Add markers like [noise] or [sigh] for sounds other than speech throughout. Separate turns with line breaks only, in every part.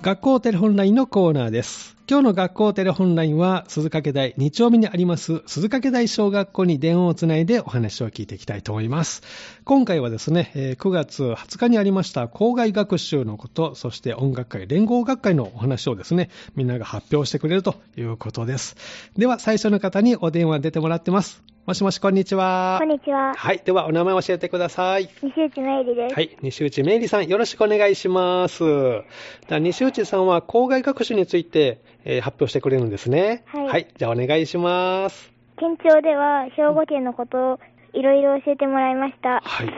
学校テレホンラインのコーナーです。今日の学校テレホンラインは、鈴掛台2丁目にあります、鈴掛台小学校に電話をつないでお話を聞いていきたいと思います。今回はですね、えー9月20日にありました校外学習のこと、そして音楽会、連合学会のお話をですね、みんなが発表してくれるということです。では、最初の方にお電話出てもらってます。もしもし、こんにちは。
こんにちは。
はい、ではお名前を教えてください。
西内まゆりです。
はい、西内めいりさん、よろしくお願いします。では西内さんは校外学習について、えー発表してくれるんですね。
はい
じゃあお願いします。
県庁では兵庫県のことをいろいろ教えてもらいました。
はい。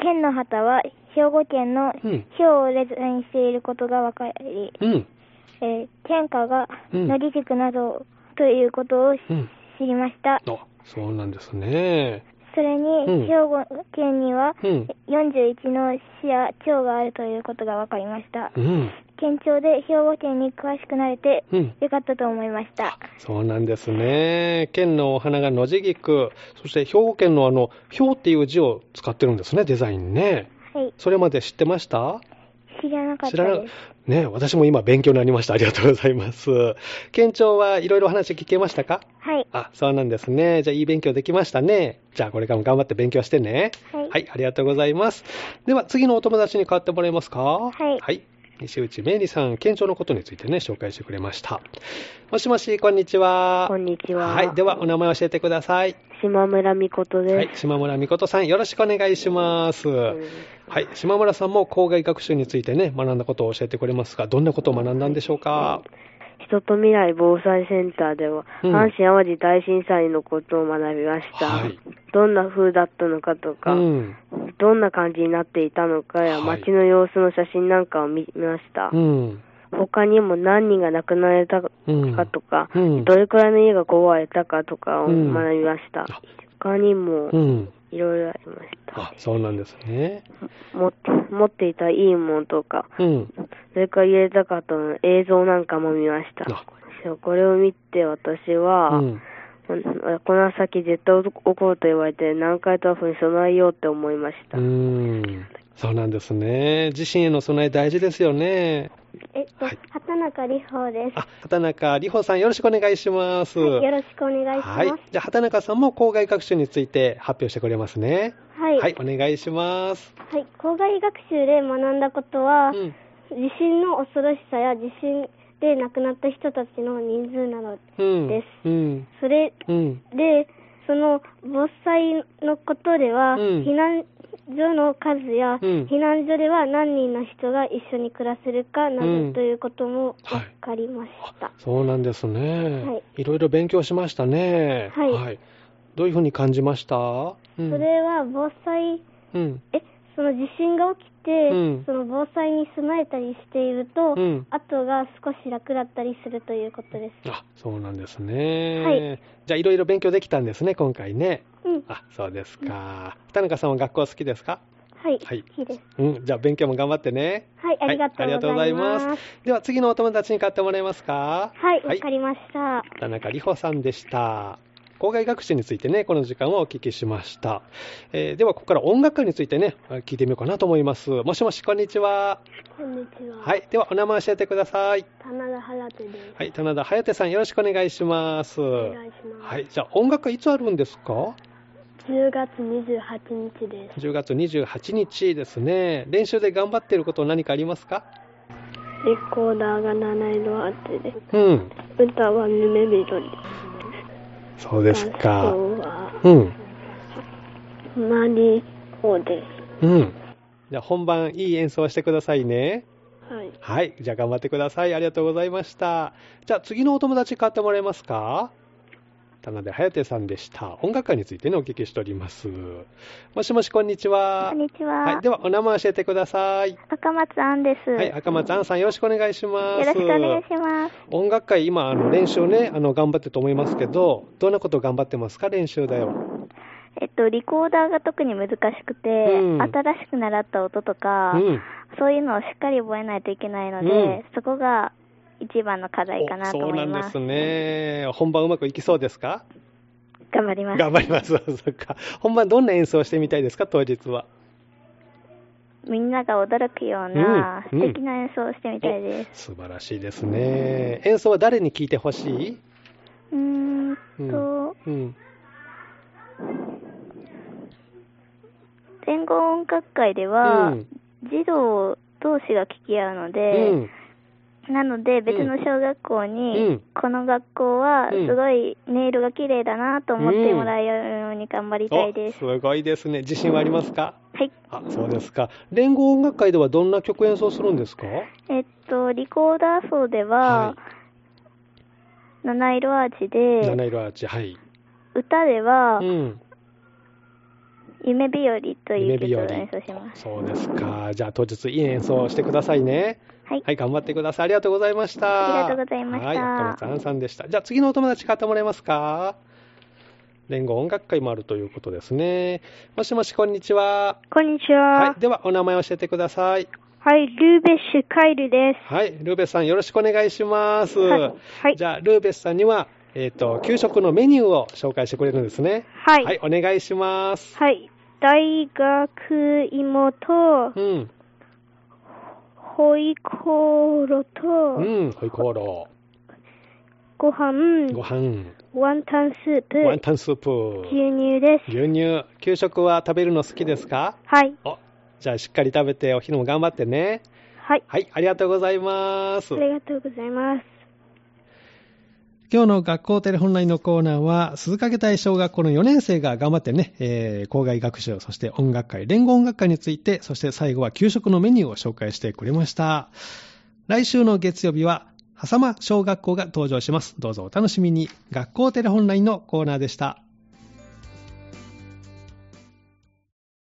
県の旗は兵庫県の
うん。
省をレザーにしていることが分かり、
うん。
えー県下が
うん
野木塾などということを知
うん。
りました。
あ、そうなんですね。
それ
うん
に兵庫県には
うん。
41の市や町があるということが分かりました
う。ん。
県庁で兵庫県に詳しくなれて
うん。
よかったと思いました。
そうなんですね。県のお花が野地菊、そして兵庫県のあの、兵っていう字を使ってるんですね、デザインね。
はい。
それまで知ってました
知らなかっ
知
た
らな
です。
ね、私も今勉強になりました。ありがとうございます。県庁はいろいろ話聞けましたか
はい。
あ、そうなんですね。じゃあいい勉強できましたね。じゃあこれからも頑張って勉強してね。
はい。
はい、ありがとうございます。では次のお友達に代わってもらえますかはいはい。西内めいりさん、県庁のことについてね、紹介してくれました。もしもし、こんにちは。
こんにちは。
はい、ではお名前を教えてください。
島村美琴です。
はい、島村美琴さん、よろしくお願いします。
うん
はい、島村さんも校外学習についてね、学んだことを教えてくれますが、どんなことを学んだんでしょうか。
人と未来防災センターでは、
うん
阪神・淡路大震災のことを学びました。
はい
どんな風だったのかとか、
うん、
どんな感じになっていたのかや、
はい
街の様子の写真なんかを見ました。
うん、
他にも何人が亡くなられたか
うん。
とか、
うん
どれくらいの家が壊れたかとかを
う
学
ん
びました。
あ
他にも
う、ん。
いろいろありまし
あ
た、。
そうなんですね。
も持っていたいいものとか、
うん。
それから言えたかったの映像なんかも見ました
あ。
そうこれを見て私は、
うん
うんこの先絶対起こると言われて南海トラフに備えようって思いまし
う
た。
ん。そうなんですね。地震への備え大事ですよね。
えっと、
はい
畑中里穂です。
あ、畑中里穂さん、よろしくお願いします。
はいよろしくお願いし
は
ま
い
す。。
じゃあ、畑中さんも校外学習について発表してくれますね。
はい。はい。
お願いします。
校外学習で学んだことは、
うん。
地震の恐ろしさや地震で亡くなった人たちの人数など、
うん。
です
うん。
それ
うん。
で、その防災のことでは、
うん
避難所の数や、
うん
避難所では何人の人が一緒に暮らせるかなど、
うん
ということも
はい
分かりました。
そうなんですね。。
はい
ろいろ勉強しましたね。
はい
どういうふうに感じましたうん。
それは防災
うん。
えその地震が起きて、
うん
その防災に備えたりしていると、
うん
後が少し楽だったりするということで
あ、そうなんですね。
はい。
じゃあ、いろいろ勉強できたんですね、今回ね。
す。うん、
あ、そうですか。田中さんは学校好きですか
はい、
はい
いいです。
うん。じゃあ、勉強も頑張ってね。
はい、ありがとうご
は
ざい
ありがとうご
ます。
ざいます。では、次のお友達に買ってもらえますか
はい、わ、
はい
か。りました。
田中里穂さんでした。校外学習についてね、この時間はお聞きしました。えーでは、ここから音楽会についてね、聞いてみようかなと思います。もしもし、こんにちは。
こんにちは。
はい。では、お名前教えてください。
棚田颯です。
はい。棚田颯さん、よろしくお願いします。はい
し
い。じゃあ、音楽会いつあるんですか
10月28日で。
?10 月28日ですね。練習で頑張っていること何かありますか
レコーダーが7色あってで
うん。
す。歌は夢緑。
そうですか。
は
うん。
マリオで
うん。じゃあ、本番、いい演奏をしてくださいね。
す。はい。
はい。じゃあ頑張ってください。ありがとうございました。じゃあ次のお友達買ってもらえますか田辺颯さんでした。音楽家についてね、お聞きしております。もしもし、こんにちは
こん。にちは。
はい。では、お名前教えてください。
赤松杏です。
はい。赤松杏さん、よろしくお願いします。
よろしくお願いします。
音楽会、今、あの練習をね、あの、頑張ってると思いますけど、どんなことを頑張ってますか練習だよ。
えっと、リコーダーが特に難しくて、
うん
新しく習った音とか、
うん。
そういうのをしっかり覚えないといけないので、
うん
そこが一番の課題かな
そ
と
う
思
ないんで
ます。
すね。本番うまくいきそうですか
頑張りま
[laughs]
す。
頑張ります。そっか。本番どんな演奏をしてみたいですか当日は。
みんなが驚くような
うんうん
素敵な演奏をしてみたいです。
素晴らしいですね。演奏は誰に聴いてほしいう
ーんと、
うん。
全豪音楽会では、
うん
児童同士が聞き合うの
う
で、
ん。
なので別の小学校に、
うん
この学校は
うん
すごい音色が綺麗だなと思ってもらえるように頑張りたいです。
おすごいですね。自信はありますか
はい。
あ、そうですか。連合音楽会ではどんな曲演奏するんですか
えっと、リコーダー奏では、七色アーチ
い。
で、
七色アーチ、はい。
歌では
う、ん。
夢日和という曲
夢
を
日和
演奏します。
そうですか。じゃあ当日いい演奏をしてくださいね。
はい。
はい、頑張ってください。ありがとうございました。
ありがとうございました
はい、赤松杏さんでした。じゃあ次のお友達買ってもらえますか連合音楽会もあるということですね。もしもし、こんにちは。
こんにち
はい、。ではお名前を教えてください。
はい、ルーベッシュカイルで
はい、ルーベスさんよろしくお願いします。
はいはい
じゃあ、ルーベスさんには、えっ、と、給食のメニューを紹介してくれるんですね。
は
はい、お願いします。
はい。大学芋と、
うん、
ホイコーロ
う
と、
ん、ホイコーロ
ご飯
ー、ご、飯、
ワンタンスープ、
ワンタンスープ、
牛乳です。
牛乳、給食は食べるの好きですか
はい。
お、じゃあしっかり食べてお昼も頑張ってね。
はい。
はい、ありがとうございます
あ。りがとうございます。
今日の学校テレホンラインのコーナーは、鈴掛大小学校の4年生が頑張ってね、えー、校外学習、そして音楽会、連合音楽会について、そして最後は給食のメニューを紹介してくれました。来週の月曜日は、狭間小学校が登場します。どうぞお楽しみに。学校テレホンラインのコーナーでした。